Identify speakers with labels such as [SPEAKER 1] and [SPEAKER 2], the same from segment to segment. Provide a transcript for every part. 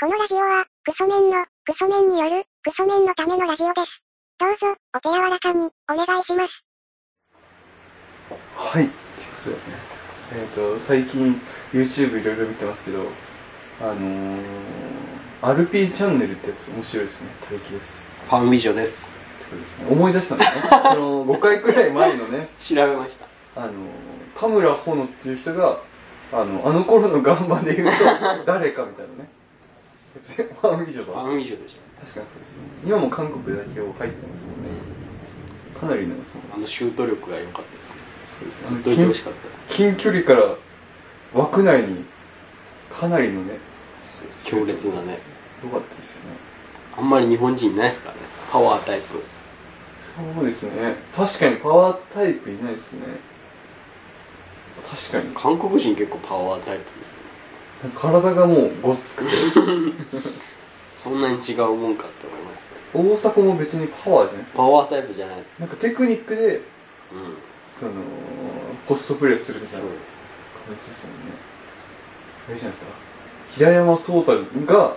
[SPEAKER 1] このラジオは、クソメンの、クソメンによる、クソメンのためのラジオです。どうぞ、お手柔らかに、お願いします。
[SPEAKER 2] はいそうですねえっ、と最近 YouTube いろいろ見てますけどあのー、RP チャンネルってやつ面白いですね大気です
[SPEAKER 3] ファン美女です。
[SPEAKER 2] ってことですね思い出したんですね あの5回くらい前のね
[SPEAKER 3] 調べました。
[SPEAKER 2] あの田村ほのっていう人があのあの頃のガンバで言う と誰かみたいなね別にファン以上
[SPEAKER 3] フ
[SPEAKER 2] だ
[SPEAKER 3] ァン美女でし
[SPEAKER 2] 確かにそうですね今も韓国代表入ってますもんねかなりのその
[SPEAKER 3] た。あのシュート力が良かったですね。
[SPEAKER 2] そうです
[SPEAKER 3] ず
[SPEAKER 2] ね
[SPEAKER 3] っといてほしかった。
[SPEAKER 2] 近距離から枠内にかなりのね
[SPEAKER 3] 強烈なね。
[SPEAKER 2] 良かったですよね
[SPEAKER 3] あんまり日本人いないですからね。パワータイプ。
[SPEAKER 2] そうですね確かにパワータイプいないですね確かに
[SPEAKER 3] 韓国人結構パワータイプですよね。
[SPEAKER 2] 体がもうごっつくて
[SPEAKER 3] そんなに違うもんかって思いますね。
[SPEAKER 2] 大迫も別にパワーじゃないですか
[SPEAKER 3] パワータイプじゃないです。
[SPEAKER 2] なんかテクニックで
[SPEAKER 3] うん。
[SPEAKER 2] そのポストプレーするみたい
[SPEAKER 3] そう
[SPEAKER 2] な
[SPEAKER 3] で
[SPEAKER 2] 感じですもんねあれじゃないですか平山壮太が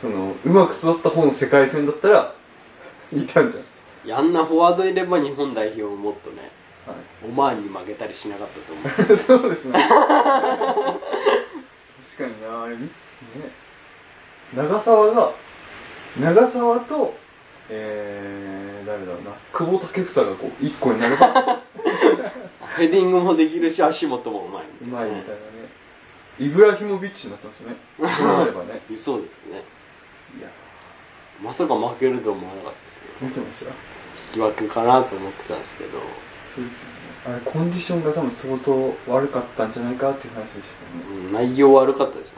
[SPEAKER 2] そのうまく育った方の世界戦だったらいたんじゃん
[SPEAKER 3] す。あんなフォワードいれば日本代表ももっとね、
[SPEAKER 2] はい
[SPEAKER 3] オマーンに負けたりしなかった と思う。
[SPEAKER 2] そうですね確かになあれね長澤が長澤とえー、誰だろうな久保建英がこう一個になる
[SPEAKER 3] ヘディングもできるし、足元もうまい。
[SPEAKER 2] うまいみたいなねイブラヒモビッチになってましたねそうなればね
[SPEAKER 3] い。そうですね。
[SPEAKER 2] いや
[SPEAKER 3] まさか負けると思わなかったですけど。
[SPEAKER 2] 見てました
[SPEAKER 3] 引き分けかなと思ってたんですけど。
[SPEAKER 2] そうですよねあれコンディションが多分相当悪かったんじゃないかっていう話でしたよね
[SPEAKER 3] うん内容悪かったです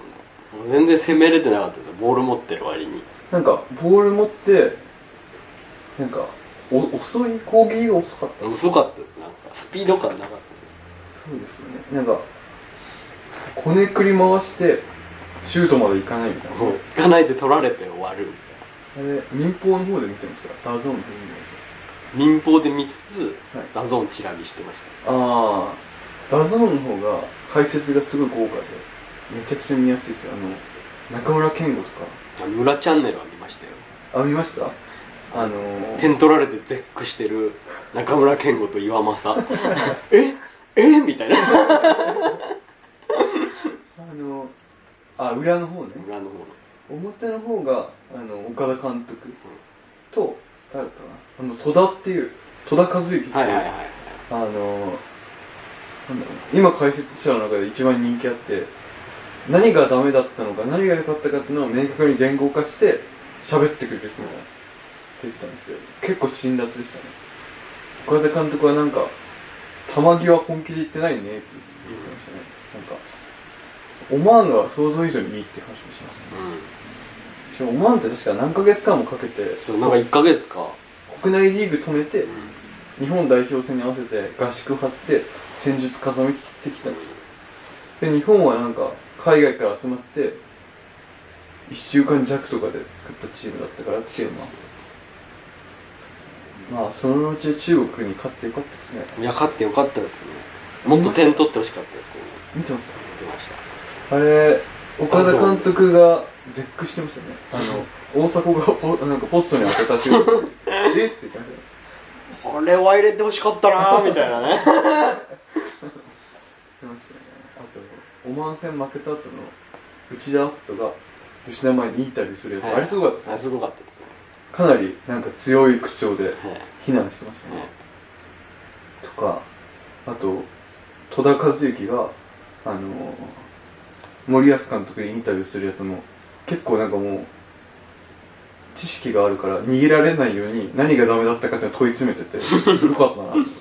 [SPEAKER 3] もんねもう全然攻めれてなかったですよボール持ってる割に
[SPEAKER 2] なんかボール持ってなんかお遅い攻撃が遅かった
[SPEAKER 3] 遅かったですなんかスピード感なかったで
[SPEAKER 2] そうですよねなんかこねくり回してシュートまでいかないみたいな
[SPEAKER 3] すもう行かないで取られて終わるみ
[SPEAKER 2] あれ民放の方で見てましたダゾーンの方で見てました
[SPEAKER 3] いな民放で見つつ
[SPEAKER 2] たはい
[SPEAKER 3] ダゾーンチラ見してました
[SPEAKER 2] ああダゾーンの方が解説がすごい豪華でめちゃくちゃ見やすいですよあの中村健吾と
[SPEAKER 3] あの裏チャンネルは見ましたよ
[SPEAKER 2] かあ見ましたあのー、
[SPEAKER 3] 点取られて絶句してる中村健吾と 岩政ええみたいな
[SPEAKER 2] あのー、あ裏の方ね
[SPEAKER 3] 裏の方の
[SPEAKER 2] 表の方があの岡田監督と誰だったかなあの戸田っていう戸田和幸っていう、
[SPEAKER 3] はいはいはいはい
[SPEAKER 2] あのー、なんだろう今解説者の中で一番人気あって何がダメだったのか何が良かったかっていうのを明確に言語化して喋ってくれる人が出てたんですけど結構辛辣でしたね岡田監督はなんか「球際本気で言ってないね」って言ってましたねなんかオマーンが想像以上にいいって話もしましたねしかもオマーンって確か何ヶ月間もかけて
[SPEAKER 3] うんそうなんか1ヶ月か、
[SPEAKER 2] 国内リーグ止めて
[SPEAKER 3] うん
[SPEAKER 2] 日本代表戦に合わせて合宿張って戦術固めてきたんですよで日本はなんか海外から集まって1週間弱とかで作ったチームだったからっていうのはまあそのうち中国に勝ってよかったですね
[SPEAKER 3] いや勝ってよかったですねもっと点取ってほしかったですけどね
[SPEAKER 2] 見てまし
[SPEAKER 3] 言ってました
[SPEAKER 2] たあれ岡田監督が絶句してましたねあの大迫がポなんかポストに当てた 瞬間えって言ってましたね
[SPEAKER 3] これは入れてほしかっ たなーみたいなね
[SPEAKER 2] 出ましたねあとオマーン戦負けた後の内田篤人が吉田麻也にインタビューするやつ、あれすごかったです
[SPEAKER 3] あれ
[SPEAKER 2] ね
[SPEAKER 3] すごかったですね
[SPEAKER 2] かなりなんか強い口調で
[SPEAKER 3] はい
[SPEAKER 2] 非難してましたね、とかあと戸田和幸があのー森保監督にインタビューするやつも結構なんかもう知識があるから逃げられないように何がダメだったかっていうのを問い詰めててすごかったなと思って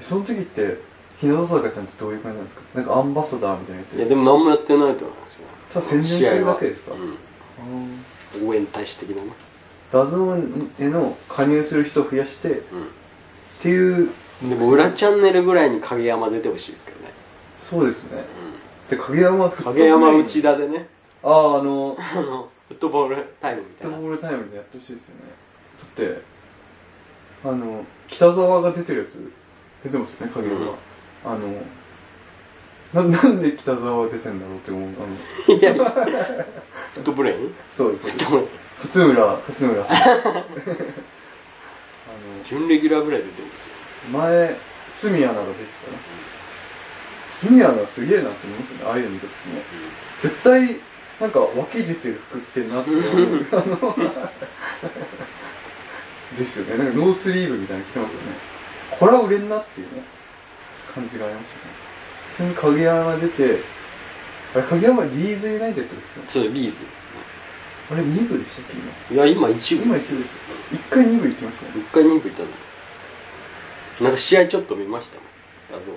[SPEAKER 2] その時って日向坂ちゃんってどういう感じなんですかなんかアンバサダーみたいなの
[SPEAKER 3] い
[SPEAKER 2] 言
[SPEAKER 3] や
[SPEAKER 2] って
[SPEAKER 3] でも何もやってないと思いますよ
[SPEAKER 2] ただ宣伝するだけですか、
[SPEAKER 3] う
[SPEAKER 2] あー
[SPEAKER 3] ん、応援大使的なね
[SPEAKER 2] ダゾーンへの加入する人を増やしてっ
[SPEAKER 3] う
[SPEAKER 2] ていうん
[SPEAKER 3] でも裏チャンネルぐらいに影山出てほしいですけどね、
[SPEAKER 2] そうですねで影山フット
[SPEAKER 3] う
[SPEAKER 2] ボ
[SPEAKER 3] ん、
[SPEAKER 2] ール
[SPEAKER 3] 影山内田 でね
[SPEAKER 2] あああの
[SPEAKER 3] あのフットボールタイムみ
[SPEAKER 2] フ
[SPEAKER 3] た
[SPEAKER 2] ッ
[SPEAKER 3] い
[SPEAKER 2] ト
[SPEAKER 3] な
[SPEAKER 2] ボールタイムでやってほしいですよねだってあの北沢が出てるやつ出てますよね影山、
[SPEAKER 3] うん
[SPEAKER 2] あのななんで北沢は出てんだろうって思うあの
[SPEAKER 3] いやフットブレイン
[SPEAKER 2] そうですそう
[SPEAKER 3] フ
[SPEAKER 2] で
[SPEAKER 3] ッ
[SPEAKER 2] す
[SPEAKER 3] トブレイン
[SPEAKER 2] 勝村勝村 さんあの
[SPEAKER 3] 準レギュラーぐらい出てるんですよ
[SPEAKER 2] 前住谷アナが出てたね住谷アナすげえなって思うんですよねああいうの見た時ね絶対なんか脇出てる服着てるなって思う あのですよねなんかノースリーブみたいなの着てますよねこれは売れんなっていうね感じがありましたねそれに影山が出てあれ影山リーズユナイテッドですか
[SPEAKER 3] そうリーズですね
[SPEAKER 2] あれ2部でしたっけ今
[SPEAKER 3] いや今1部
[SPEAKER 2] 今一部ですよ一回2部行きましたね
[SPEAKER 3] 一回2部いたのなんか試合ちょっと見ましたね画像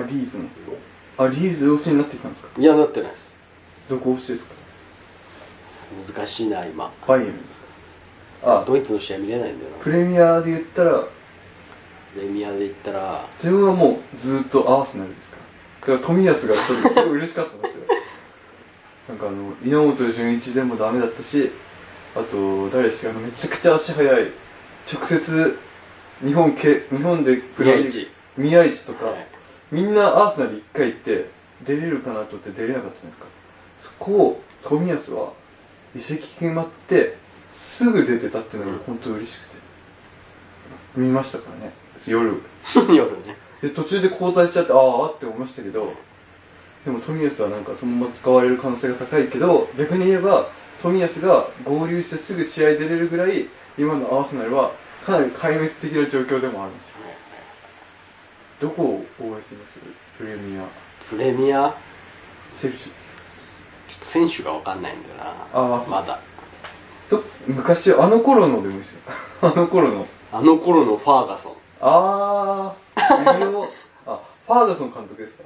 [SPEAKER 2] あリーズのあリーズ推しになってきたんですか
[SPEAKER 3] いやなってないです
[SPEAKER 2] どこ推しですか
[SPEAKER 3] 難しいな今
[SPEAKER 2] バイエルンですかあ
[SPEAKER 3] ドイツの試合見れないんだよな
[SPEAKER 2] プレミアで言ったら
[SPEAKER 3] プレミアで言ったら
[SPEAKER 2] 自分はもうずーっとアーセナルですからだから冨安がちょっとすごい嬉しかったんですよ なんかあの稲本潤一でもダメだったしあと誰ですかあのめちゃくちゃ足速い直接日本け日本でプレー
[SPEAKER 3] 宮市
[SPEAKER 2] 宮市とか、
[SPEAKER 3] はい
[SPEAKER 2] みんなアーセナル一回行って出れるかなと思って出れなかったじゃないですかそこを冨安は移籍決まってすぐ出てたっていうのが本当嬉しくて、見ましたからね夜
[SPEAKER 3] 夜ね
[SPEAKER 2] で途中で交代しちゃってああって思いましたけどでも冨安はなんかそのまま使われる可能性が高いけど逆に言えば冨安が合流してすぐ試合出れるぐらい今のアーセナルはかなり壊滅的な状況でもあるんですよ
[SPEAKER 3] はいはい
[SPEAKER 2] どこを応援しますプレミア
[SPEAKER 3] プレミア
[SPEAKER 2] セルシー
[SPEAKER 3] ちょっと選手が分かんないんだよな
[SPEAKER 2] ああ
[SPEAKER 3] まだ
[SPEAKER 2] ど昔あの頃のでもいいですよ あの頃の
[SPEAKER 3] あの頃のファーガソン
[SPEAKER 2] ああリオあファーガソン監督ですか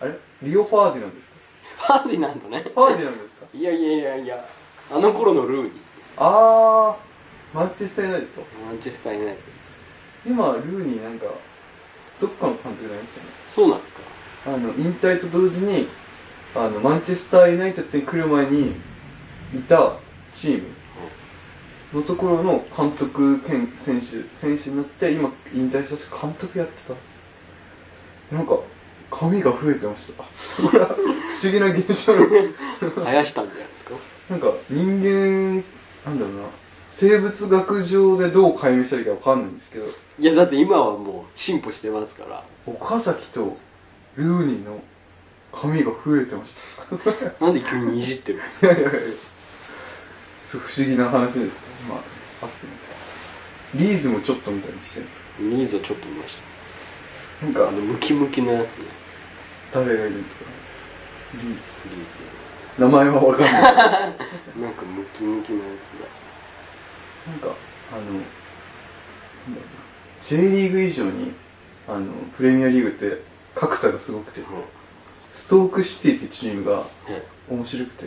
[SPEAKER 2] あれリオ・ファーディナンドですか
[SPEAKER 3] ファーディナンドね
[SPEAKER 2] ファーディナンドですか
[SPEAKER 3] いやいやいやいやあの頃のルーニ
[SPEAKER 2] ああマンチェスター・ユナイテッド
[SPEAKER 3] ーマンチェスターユナイテッ
[SPEAKER 2] 今ルーニーなんかどっかの監督になりましたよね
[SPEAKER 3] ドそうなんですか
[SPEAKER 2] あの引退と同時にあのマンチェスター・ユナイテッドに来る前にいたチームのところの監督兼選手選手になって今引退したし監督やってたなんか髪が増えてました 不思議な現象なんですよ
[SPEAKER 3] 生やしたんじゃないですか
[SPEAKER 2] なんか人間なんだろうな生物学上でどう解明したらいいかわかんないんですけど
[SPEAKER 3] いやだって今はもう進歩してますから
[SPEAKER 2] 岡崎とルーニーの髪が増えてましたそう
[SPEAKER 3] なんで急にいじってるんです
[SPEAKER 2] い
[SPEAKER 3] か
[SPEAKER 2] やいやいやそう不思議な話ですまあ合ってますリーズもちょっとみたいにしてるんですか
[SPEAKER 3] ニーズをちょっと見まし
[SPEAKER 2] なん
[SPEAKER 3] たあ
[SPEAKER 2] か
[SPEAKER 3] のムキムキのやつね
[SPEAKER 2] 誰がいるんですかリーズ
[SPEAKER 3] リーズ
[SPEAKER 2] 名前はわかんないなんか
[SPEAKER 3] なんかムキムキのやつだ
[SPEAKER 2] あのなんだろうな J リーグ以上にあのプレミアリーグって格差がすごくてストークシティっていうチームが
[SPEAKER 3] はいはい
[SPEAKER 2] 面白くて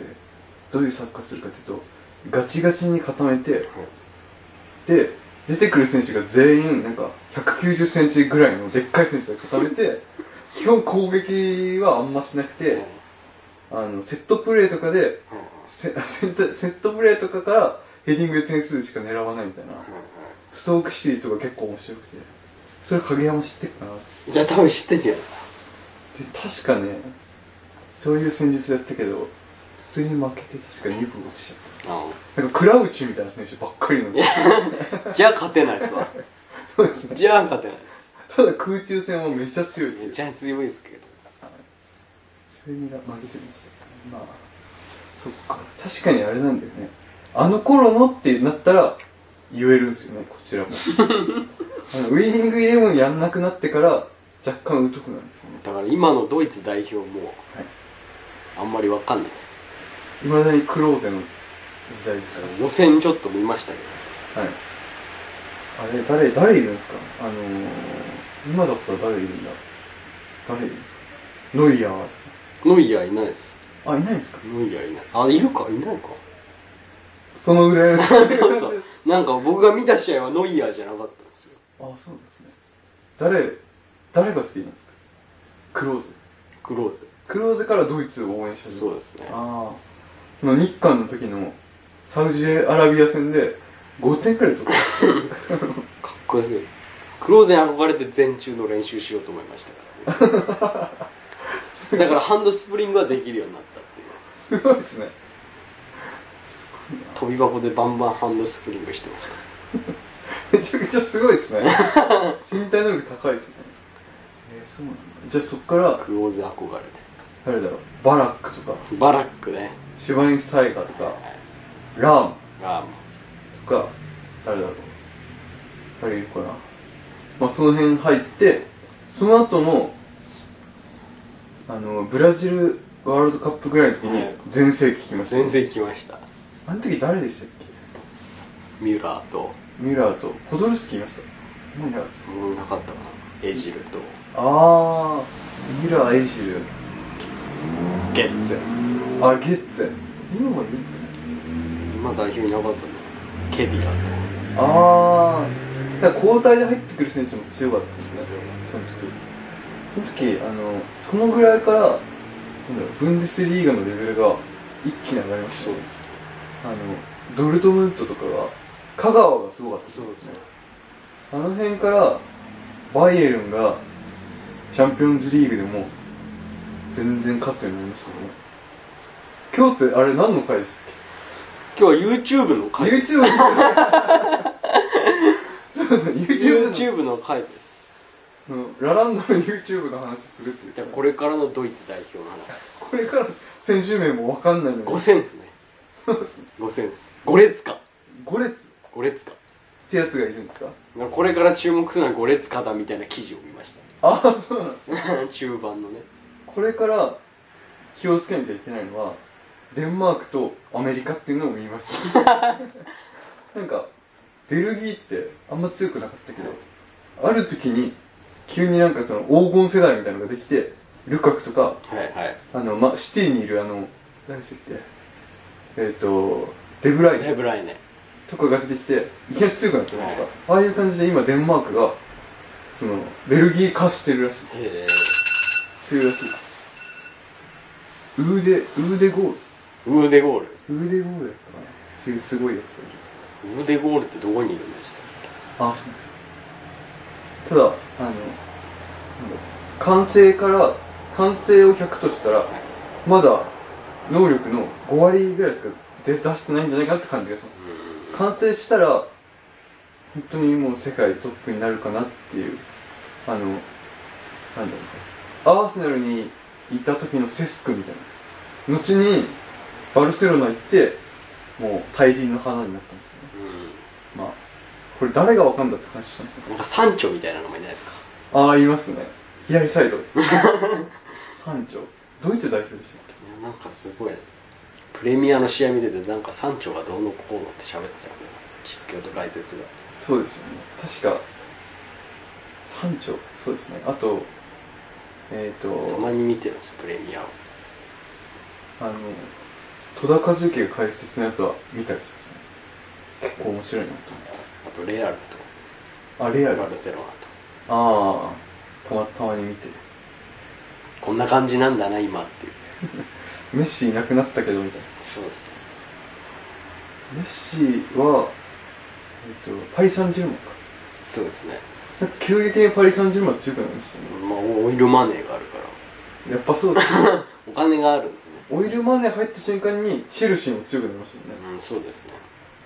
[SPEAKER 2] どういうサッカーするかというとガチガチに固めてで出てくる選手が全員なんか190センチぐらいのでっかい選手で固めて 基本攻撃はあんましなく
[SPEAKER 3] はい
[SPEAKER 2] てあのセットプレーとかで
[SPEAKER 3] はい
[SPEAKER 2] セセットセットプレーとかからヘディングで点数しか狙わないみたいな
[SPEAKER 3] は
[SPEAKER 2] ストークシティとか結構面白くてそれ影山知ってるかなで
[SPEAKER 3] いいや多分知ってんじゃない
[SPEAKER 2] 確かねそういう戦術やったけど普通に負けて確か2分落ちちゃった
[SPEAKER 3] あ
[SPEAKER 2] なんかクラウチみたいな選手ばっかりなんで
[SPEAKER 3] あじゃあ勝てないです わ
[SPEAKER 2] そうですね
[SPEAKER 3] じゃあ勝てないです
[SPEAKER 2] ただ空中戦はめちゃ強いっていう
[SPEAKER 3] めちゃ強いですけど
[SPEAKER 2] 普通に負けてましたまあそっか確かにあれなんだよねあの頃のってなったら言えるんですよねこちら もあのウイニングイレブンやんなくなってから若干疎くなんですよね
[SPEAKER 3] だから今のドイツ代表も
[SPEAKER 2] はい
[SPEAKER 3] あんまりわかんないですよ
[SPEAKER 2] いまだにクローゼの時代ですか
[SPEAKER 3] 予選ちょっと見ましたけ
[SPEAKER 2] らはいあれ誰誰いるんですかあのー、今だったら誰いるんだ誰いるんですかノイヤーですか
[SPEAKER 3] どノイヤーいないです
[SPEAKER 2] あ、いないですか
[SPEAKER 3] ノイヤーいないあいるかいないか
[SPEAKER 2] そのぐらいの
[SPEAKER 3] そ
[SPEAKER 2] 感
[SPEAKER 3] う
[SPEAKER 2] じ
[SPEAKER 3] そうなんか僕が見た試合はノイヤーじゃなかったんですよ
[SPEAKER 2] あ、そうなんですね。誰、誰が好きなんですかクローズ。
[SPEAKER 3] クローズ
[SPEAKER 2] クローズからドイツを応援してる。
[SPEAKER 3] そうですね
[SPEAKER 2] ああ。の日韓の時のサウジアラビア戦で5点くらい取った。
[SPEAKER 3] かっこいいですねクローズに憧れて全中の練習しようと思いましたから、 ね、だからハンドスプリングはできるようになったっていう
[SPEAKER 2] すごいですね。
[SPEAKER 3] 飛び箱でバンバンハンドスプリングしてました
[SPEAKER 2] めちゃくちゃすごいですね 身体能力高いですねえー、そうなんだじゃあそっから
[SPEAKER 3] クオーズ憧れ
[SPEAKER 2] 誰だろうバラックとか
[SPEAKER 3] てバラックね
[SPEAKER 2] シュバイン・サイガーとかラーム
[SPEAKER 3] が
[SPEAKER 2] とか誰だろう誰いるかなまあその辺入ってその後のあのブラジルワールドカップぐらいの時
[SPEAKER 3] は
[SPEAKER 2] に
[SPEAKER 3] い
[SPEAKER 2] 全盛期来ました、
[SPEAKER 3] 全然来ました
[SPEAKER 2] あの時誰でしたっけ
[SPEAKER 3] ミュラーと
[SPEAKER 2] ミュラーとホドルスキーいましたミュラーです
[SPEAKER 3] もうなかったかなエジルと
[SPEAKER 2] あーミュラーエジル
[SPEAKER 3] ゲッツェ
[SPEAKER 2] あゲッツェ今もいるんですかね
[SPEAKER 3] 今代表いなかったねケディラと
[SPEAKER 2] ああだから交代で入ってくる選手も強かったです
[SPEAKER 3] 強
[SPEAKER 2] ね
[SPEAKER 3] か
[SPEAKER 2] その時その時あのそのぐらいからなんだろうブンデスリーガのレベルが一気に上がりましたねあのドルトムントとかが香川がすごかった
[SPEAKER 3] そうですね
[SPEAKER 2] あの辺からバイエルンがチャンピオンズリーグでも全然勝つようになりましたね今日ってあれ何の回でしたっけ
[SPEAKER 3] 今日は YouTube の回
[SPEAKER 2] YouTube そうですね YouTube の
[SPEAKER 3] YouTube の回です
[SPEAKER 2] うんラランドの YouTube の話するって言っ
[SPEAKER 3] い
[SPEAKER 2] て
[SPEAKER 3] や
[SPEAKER 2] た
[SPEAKER 3] これからのドイツ代表の話
[SPEAKER 2] これから選手名もわかんないの
[SPEAKER 3] 5
[SPEAKER 2] に
[SPEAKER 3] センスね
[SPEAKER 2] そうですね
[SPEAKER 3] 5センス5列か
[SPEAKER 2] 5列っ
[SPEAKER 3] 5列か
[SPEAKER 2] てやつがいるんですか
[SPEAKER 3] これから注目するのは5列かだみたいな記事を見まし
[SPEAKER 2] ああそうなんですね
[SPEAKER 3] た 中盤のね
[SPEAKER 2] これから気をつけなきゃいけないのはデンマークとアメリカっていうのを見ました なんかベルギーってあんま強くなかったけどある時に急になんかその黄金世代みたいなのができてルカクとか
[SPEAKER 3] はいはい
[SPEAKER 2] あの、ま、シティにいるあの何でしたっけえっ、とデブライ
[SPEAKER 3] デ
[SPEAKER 2] ネ
[SPEAKER 3] ブライネ
[SPEAKER 2] とかが出てきていきなり強くなったじゃないですかああいう感じで今デンマークがそのベルギー化してるらしいです
[SPEAKER 3] え
[SPEAKER 2] 強いらしいですウーデウーデゴー
[SPEAKER 3] ー、ウーデゴール
[SPEAKER 2] ルウーデゴールだったかなっていうすごいやつがいる
[SPEAKER 3] ウーデゴールってどこにいるんでした
[SPEAKER 2] あそうただあのなんだ完成から完成を100としたらまだ能力の5割ぐらいしか出出してないんじゃないかなって感じがします完成したら本当にもう世界トップになるかなっていうあのなんだろうアーセナルにいた時のセスクみたいな後にバルセロナ行ってもう大輪の花になったんですよね
[SPEAKER 3] う
[SPEAKER 2] まあこれ誰がわかんだって話したんです
[SPEAKER 3] んなんかサンチョみたいなのもいないですか
[SPEAKER 2] かああいますね左サイド 三丁ドイツ代表でしたっ
[SPEAKER 3] いやなんかすごいプレミアの試合見ててなんかサンチョがどうのこうのって喋ってたよね実況と解説が
[SPEAKER 2] けそうですよね確か三丁そうですねあとえっ、
[SPEAKER 3] た
[SPEAKER 2] と
[SPEAKER 3] まに見てるんですプレミアを
[SPEAKER 2] あの戸田和幸が解説のやつは見たりしますね結構面白いなと
[SPEAKER 3] あとレアル
[SPEAKER 2] 思ってあレア
[SPEAKER 3] と
[SPEAKER 2] ル
[SPEAKER 3] バ
[SPEAKER 2] あ
[SPEAKER 3] ルセロナと
[SPEAKER 2] あたまたまに見て
[SPEAKER 3] こんな感じなんだな今っていう
[SPEAKER 2] メッシいなくなったけどみたい
[SPEAKER 3] そうですね
[SPEAKER 2] なメッシは、えっとパリ・サンジェルマンか
[SPEAKER 3] そうですね
[SPEAKER 2] なんか急激にパリ・サンジェルマン強くなりましたね
[SPEAKER 3] まあオイルマネーがあるから
[SPEAKER 2] やっぱそうですね
[SPEAKER 3] お金があるんで
[SPEAKER 2] オイルマネー入った瞬間にチェルシーも強くなりましたもんね
[SPEAKER 3] ねうんそうですね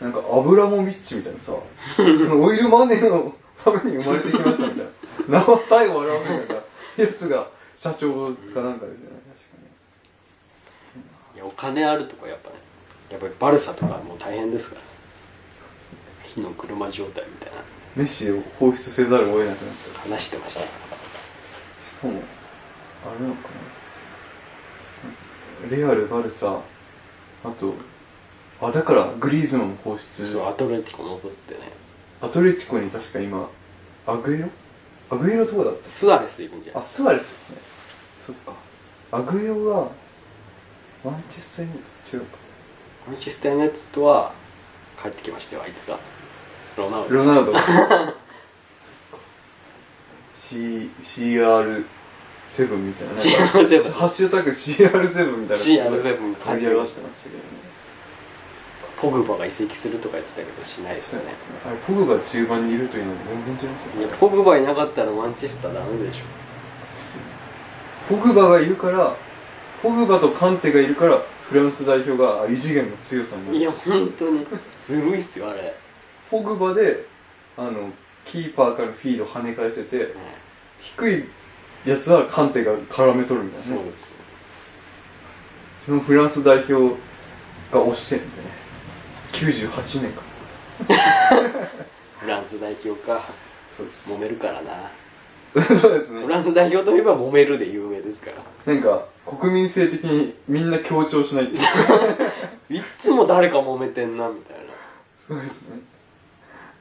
[SPEAKER 2] なんかアブラモビッチみたいなさそのオイルマネーのために生まれてきましたみたいな生態を表すみたいなやつが社長かなんかですよね
[SPEAKER 3] いやお金あるとかやっぱねやっぱりバルサとかもう大変ですからね火の車状態みたい
[SPEAKER 2] 確
[SPEAKER 3] なの
[SPEAKER 2] かにメッシを放出せざるを得なくなったし
[SPEAKER 3] 話してました
[SPEAKER 2] かもあれなのかなレアルバルサあとあだからグリーズマン放出
[SPEAKER 3] そうアトレティコ戻ってね
[SPEAKER 2] アトレティコに確か今アグエロアグエロとかだっ
[SPEAKER 3] スアレスいるんじゃ
[SPEAKER 2] た
[SPEAKER 3] な
[SPEAKER 2] あ
[SPEAKER 3] い
[SPEAKER 2] スアレスですねそっかアグエロがマンチェスター・ユナイテッド違うか
[SPEAKER 3] マンチェスター・ユナイテッドは帰ってきましたよあいつがロナウド
[SPEAKER 2] ロナウ ド C CR7 みたいななんか
[SPEAKER 3] CR7
[SPEAKER 2] ハッシュタグ CR7 みたいな
[SPEAKER 3] CR7 に
[SPEAKER 2] 取り上げしてましたけどね
[SPEAKER 3] ポグバが移籍するとか言ってたけどしないです
[SPEAKER 2] そう
[SPEAKER 3] よ
[SPEAKER 2] なん
[SPEAKER 3] ね
[SPEAKER 2] ですねあれポグが中盤にいるというのは全然違いますよ
[SPEAKER 3] い
[SPEAKER 2] ね
[SPEAKER 3] やポグバいなかったらマンチェスターダメでしょ
[SPEAKER 2] ポグバがいるから、ポグバとカンテがいるから、フランス代表が異次元の強さになる
[SPEAKER 3] いや本当にずるいっすよあれ、ね
[SPEAKER 2] ポグバであのキーパーからフィード跳ね返せて低いやつはカンテが絡めとるみたいな、
[SPEAKER 3] そう
[SPEAKER 2] ね、
[SPEAKER 3] です
[SPEAKER 2] そのフランス代表が押してるんでね98年か
[SPEAKER 3] フランス代表か
[SPEAKER 2] そうです
[SPEAKER 3] 揉めるからな
[SPEAKER 2] そうです
[SPEAKER 3] フ
[SPEAKER 2] ね
[SPEAKER 3] ランス代表といえば揉めるで有名ですから
[SPEAKER 2] なんか国民性的にみんな強調しないっていう
[SPEAKER 3] いっつも誰か揉めてんなみたいな
[SPEAKER 2] そうですね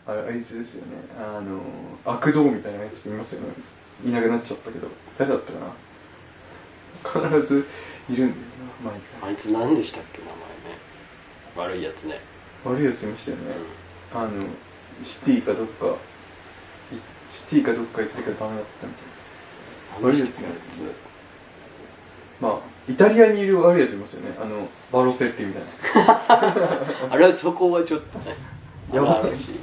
[SPEAKER 2] あれあいつですよねあの悪童みたいなやついますよねいなくなっちゃったけど誰だったかな必ずいるんだよな毎回
[SPEAKER 3] あいつ何でしたっけ名前ね悪いやつね、
[SPEAKER 2] 悪いやついましたよね、
[SPEAKER 3] う
[SPEAKER 2] あのシティかどっかいシティかどっか行ってからダメだったみたい
[SPEAKER 3] ん、
[SPEAKER 2] 悪いやつねなまあイタリアにいる悪いやついますよねあのバロテッリみたいな
[SPEAKER 3] あれはそこはちょっとね
[SPEAKER 2] やばい
[SPEAKER 3] 荒々しい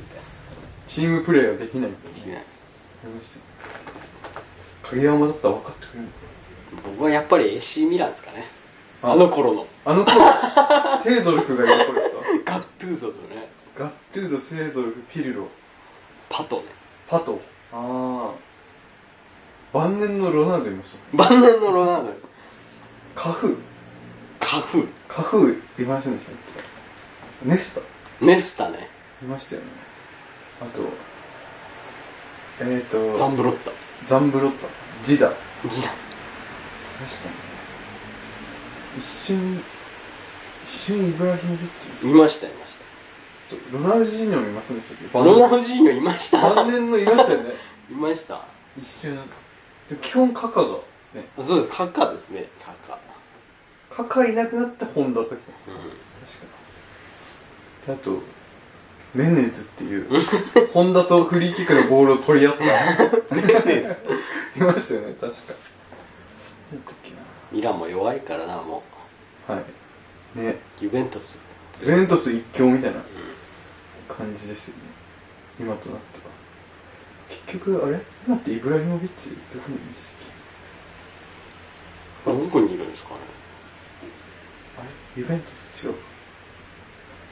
[SPEAKER 2] チームプレーができないみたい
[SPEAKER 3] で
[SPEAKER 2] な
[SPEAKER 3] きない
[SPEAKER 2] ありましたよ影山だったら分かってくれる
[SPEAKER 3] 僕はやっぱり AC ミランですかね
[SPEAKER 2] あ
[SPEAKER 3] あの頃の
[SPEAKER 2] あの頃セードルフがいる頃ですか
[SPEAKER 3] ガットゥーゾとね
[SPEAKER 2] ガットゥードセードルフピルロ
[SPEAKER 3] パトね
[SPEAKER 2] パトああ晩年のロナウドいましたね
[SPEAKER 3] 晩年のロナウド
[SPEAKER 2] カフ
[SPEAKER 3] カフ
[SPEAKER 2] ーカフーいませんでしたっけネスタ
[SPEAKER 3] ーネスタね
[SPEAKER 2] いましたよねあとえっ、ー、と
[SPEAKER 3] ザンブロッタ
[SPEAKER 2] ザンブロッタジダい
[SPEAKER 3] ジナ
[SPEAKER 2] ましたね一瞬一瞬イブラヒモビッチ
[SPEAKER 3] いましたいまし
[SPEAKER 2] ちょロナウジーニョもいませんでしたっけ
[SPEAKER 3] たロナ
[SPEAKER 2] 晩
[SPEAKER 3] ウジーニョいました
[SPEAKER 2] 晩年のいましたよね
[SPEAKER 3] いました
[SPEAKER 2] 一瞬でも基本カカがね
[SPEAKER 3] そうですカカですねカカ、
[SPEAKER 2] カカいなくなってホンダだったっけ
[SPEAKER 3] う
[SPEAKER 2] 確かであとメネズっていうホンダとフリーキックのボールを取り合った
[SPEAKER 3] ん、メネズ
[SPEAKER 2] いましたよね確かなんだっけ
[SPEAKER 3] ミランも弱いからなも
[SPEAKER 2] なはいね
[SPEAKER 3] うユベントス
[SPEAKER 2] ユベントス一強みたいな感じですよね今となっては結局あれ今ってイブラヒモビッチどこにいましたっ
[SPEAKER 3] どこにいるんですかね
[SPEAKER 2] けあれユベントス違うか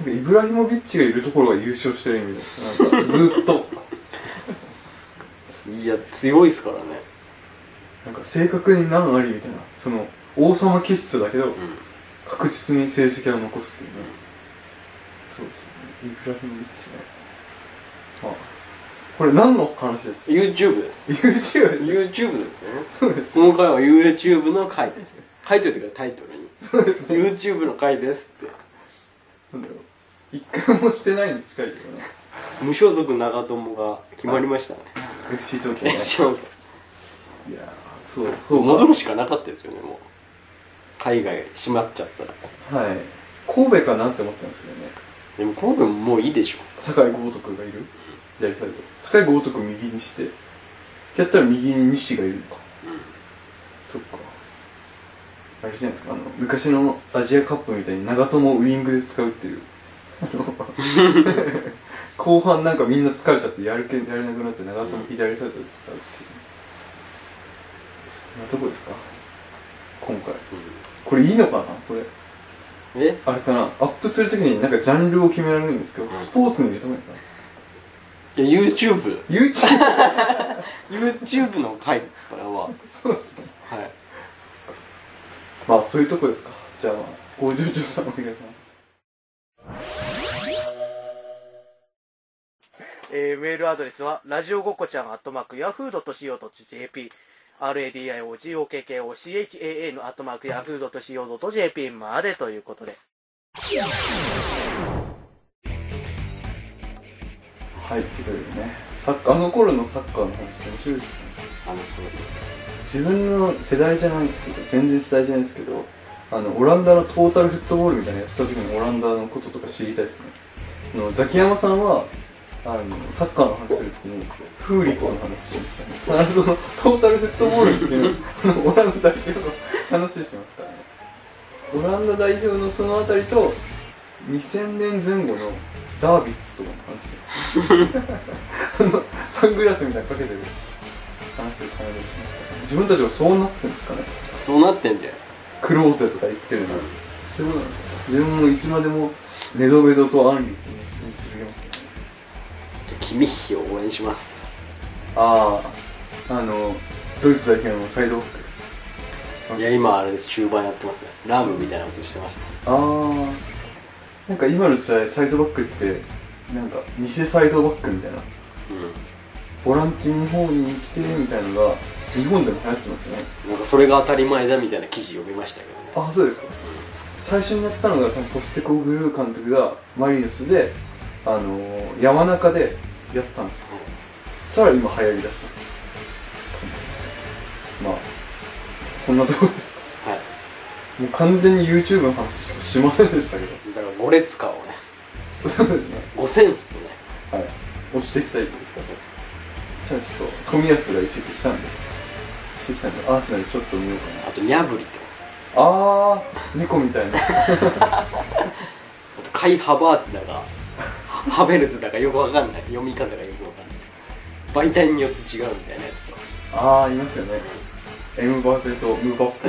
[SPEAKER 2] なんかイブラヒモビッチがいるところが優勝してる意味ですなんかずっと
[SPEAKER 3] いや強いですからね
[SPEAKER 2] なんか正確に何ありみたいなその王様気質だけど
[SPEAKER 3] うん
[SPEAKER 2] 確実に成績は残すっていうねそうですねイブラヒモビッチねまあこれ何の話です
[SPEAKER 3] YouTube です
[SPEAKER 2] YouTube
[SPEAKER 3] YouTube ですよね
[SPEAKER 2] そうです
[SPEAKER 3] この回は YouTube の回です書いといてくださいタイトルに
[SPEAKER 2] そうですね
[SPEAKER 3] YouTube の回ですって
[SPEAKER 2] なんだろう一回もしてないに近いけどね
[SPEAKER 3] 無所属長友が決まりましたね
[SPEAKER 2] FC 東京ね
[SPEAKER 3] えそう
[SPEAKER 2] いやーそうそう
[SPEAKER 3] 戻るしかなかったですよねもう海外閉まっちゃったら
[SPEAKER 2] はい神戸かなって思ったんですけどね
[SPEAKER 3] でも神戸ももういいでしょ
[SPEAKER 2] 酒井豪徳がいる左サイド酒井豪徳右にしてやったら右に西がいるのかそっかあれじゃないですかあの昔のアジアカップみたいに長友をウイングで使うっていうあの後半なんかみんな疲れちゃってやる気やれなくなって長友左サイドで使うっていうそんなとこですか今回これいいのかなこれ
[SPEAKER 3] え
[SPEAKER 2] あれかなアップするときになんかジャンルを決められるんですけど、
[SPEAKER 3] ん
[SPEAKER 2] スポーツに入れてもいいかな
[SPEAKER 3] YouTube
[SPEAKER 2] YouTube?
[SPEAKER 3] YouTube の回ですからは
[SPEAKER 2] そうですね。
[SPEAKER 3] はい
[SPEAKER 2] まあ、そういうとこですか。じゃあ、工場長さんお願いします。
[SPEAKER 4] えーメールアドレスは、ラジオごっこちゃん、アットマーク、ヤフードと .co.jp、radiogokochaa のアットマーク、ヤフードと .co.jp までということで。
[SPEAKER 2] はい、ということでね、サッカー、あの頃のサッカーの話って面白いですね。
[SPEAKER 3] あの頃
[SPEAKER 2] 自分の世代じゃないですけど、全然世代じゃないですけど、あの、オランダのトータルフットボールみたいなのやってた時にオランダのこととか知りたいですね。あの、ザキヤマさんは、あの、サッカーの話するときに、フーリットの話しますからね。必ず その、トータルフットボールっていう の、あのオランダ代表の話してますからね。オランダ代表のそのあたりと、2000年前後のダービッツとかの話してます。 あの、サングラスみたいなのかけてる話を必ずしますからね。自分たちはそうなってるんですかね。
[SPEAKER 3] そうなってんじゃないですか
[SPEAKER 2] クローゼとか言ってるのに、そうなんですか自分もいつまでもネドベドとアンリっていうのを続けますね
[SPEAKER 3] じゃあ君ひを応援します
[SPEAKER 2] あああのドイツ代表のサイドバック
[SPEAKER 3] いや今あれです中盤やってますねラムみたいなことしてますね
[SPEAKER 2] ああなんか今の時代サイドバックってなんか偽サイドバックみたいな
[SPEAKER 3] う
[SPEAKER 2] ボランチ日本に来てみたいなのが日本でも流行ってますよね
[SPEAKER 3] んなんかそれが当たり前だみたいな記事読みましたけどね
[SPEAKER 2] あそうですか最初にやったのが多分ポステコグルー監督がマリノスであのー山中でやったんですよそしたら今流行りだした感じですねまあそんなところですか
[SPEAKER 3] はい
[SPEAKER 2] もう完全に YouTube の話しかしませんでしたけ
[SPEAKER 3] だからゴレツカをね
[SPEAKER 2] どそうですね
[SPEAKER 3] 5センスとね
[SPEAKER 2] はい押していきたいですかじゃあちょっと冨安が移籍したんで移籍したんでアーセナルちょっと見ようかな
[SPEAKER 3] あとニャブリってこ
[SPEAKER 2] あー猫みたいな
[SPEAKER 3] とあとカイ・ハバーツだかハ ハベルズだかよくわかんない読み方がよくわかんない媒体によって違うみたいなやつと
[SPEAKER 2] あーいますよねエムバペとムバッペ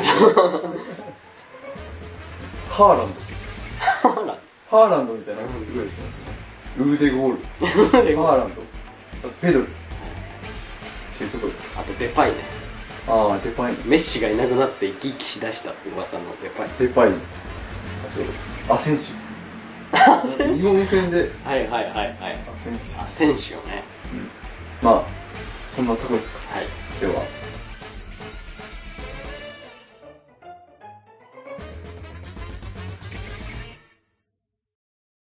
[SPEAKER 2] ハーランドハーランドみたいななんかすごいやつなんですねウーデゴールハーランドあとペドルっていうところですか
[SPEAKER 3] あとデパイね
[SPEAKER 2] ああデパイね
[SPEAKER 3] メッシがいなくなって生き生きしだしたって噂のデパイ
[SPEAKER 2] デパイねあとアセンシオ日本戦で
[SPEAKER 3] はいはいはいはい
[SPEAKER 2] アセンシ
[SPEAKER 3] あ選手よね
[SPEAKER 2] オまあそんなところですか
[SPEAKER 3] はい
[SPEAKER 2] では